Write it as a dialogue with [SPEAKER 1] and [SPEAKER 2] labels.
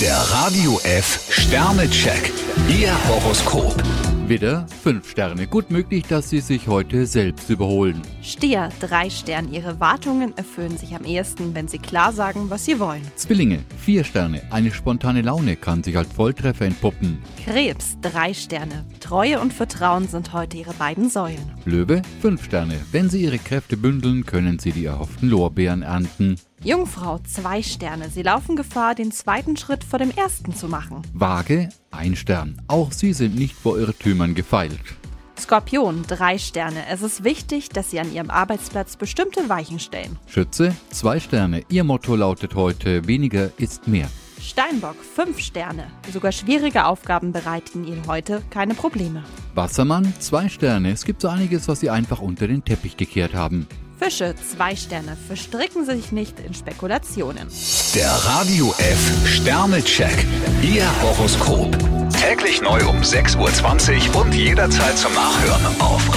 [SPEAKER 1] Der Radio F Sternecheck. Ihr Horoskop.
[SPEAKER 2] Widder, 5 Sterne. Gut möglich, dass Sie sich heute selbst überholen.
[SPEAKER 3] Stier, drei Stern. Ihre Wartungen erfüllen sich am ehesten, wenn Sie klar sagen, was Sie wollen.
[SPEAKER 2] Zwillinge, 4 Sterne. Eine spontane Laune kann sich als Volltreffer entpuppen.
[SPEAKER 3] Krebs, drei Sterne. Treue und Vertrauen sind heute Ihre beiden Säulen.
[SPEAKER 2] Löwe, 5 Sterne. Wenn Sie Ihre Kräfte bündeln, können Sie die erhofften Lorbeeren ernten.
[SPEAKER 3] Jungfrau, zwei Sterne. Sie laufen Gefahr, den zweiten Schritt vor dem ersten zu machen.
[SPEAKER 2] Waage, 1 Stern. Auch Sie sind nicht vor Irrtümern gefeilt.
[SPEAKER 3] Skorpion, drei Sterne. Es ist wichtig, dass Sie an Ihrem Arbeitsplatz bestimmte Weichen stellen.
[SPEAKER 2] Schütze, 2 Sterne. Ihr Motto lautet heute: weniger ist mehr.
[SPEAKER 3] Steinbock, fünf Sterne. Sogar schwierige Aufgaben bereiten Ihnen heute keine Probleme.
[SPEAKER 2] Wassermann, 2 Sterne. Es gibt so einiges, was Sie einfach unter den Teppich gekehrt haben.
[SPEAKER 3] Fische, zwei Sterne. Verstricken Sie sich nicht in Spekulationen.
[SPEAKER 1] Der Radio F Sternecheck. Ihr Horoskop. Täglich neu um 6.20 Uhr und jederzeit zum Nachhören auf E.